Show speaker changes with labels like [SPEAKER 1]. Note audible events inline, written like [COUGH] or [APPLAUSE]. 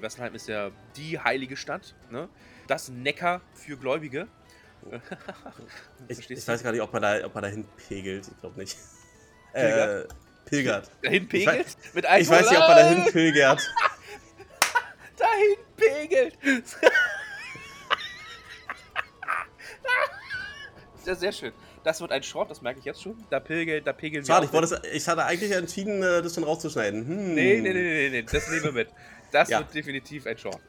[SPEAKER 1] Wessenheim ist ja die heilige Stadt, ne? Das Neckar für Gläubige.
[SPEAKER 2] Ich,
[SPEAKER 1] Verstehst
[SPEAKER 2] [LAUGHS] ich
[SPEAKER 1] du?
[SPEAKER 2] weiß gar nicht, ob man da, ob man dahin pegelt. Ich glaube nicht.
[SPEAKER 1] [LAUGHS] Pilgert?
[SPEAKER 2] Äh, pilgert.
[SPEAKER 1] Dahin
[SPEAKER 2] Ich wei-
[SPEAKER 1] pegelt? mit Alkohol?
[SPEAKER 2] Ich weiß nicht, ob man dahin pilgert.
[SPEAKER 1] Dahin pegelt! [LAUGHS] sehr, sehr schön. Das wird ein Short, das merke ich jetzt schon. Da pilgelt, da pegeln
[SPEAKER 2] Schade, ich,
[SPEAKER 1] auch mit.
[SPEAKER 2] wollte es, ich hatte eigentlich entschieden, äh, das schon rauszuschneiden. Hm.
[SPEAKER 1] Nee, nee, nee, nee, nee, das nehmen wir mit. Das
[SPEAKER 2] Ja.
[SPEAKER 1] wird definitiv ein Short.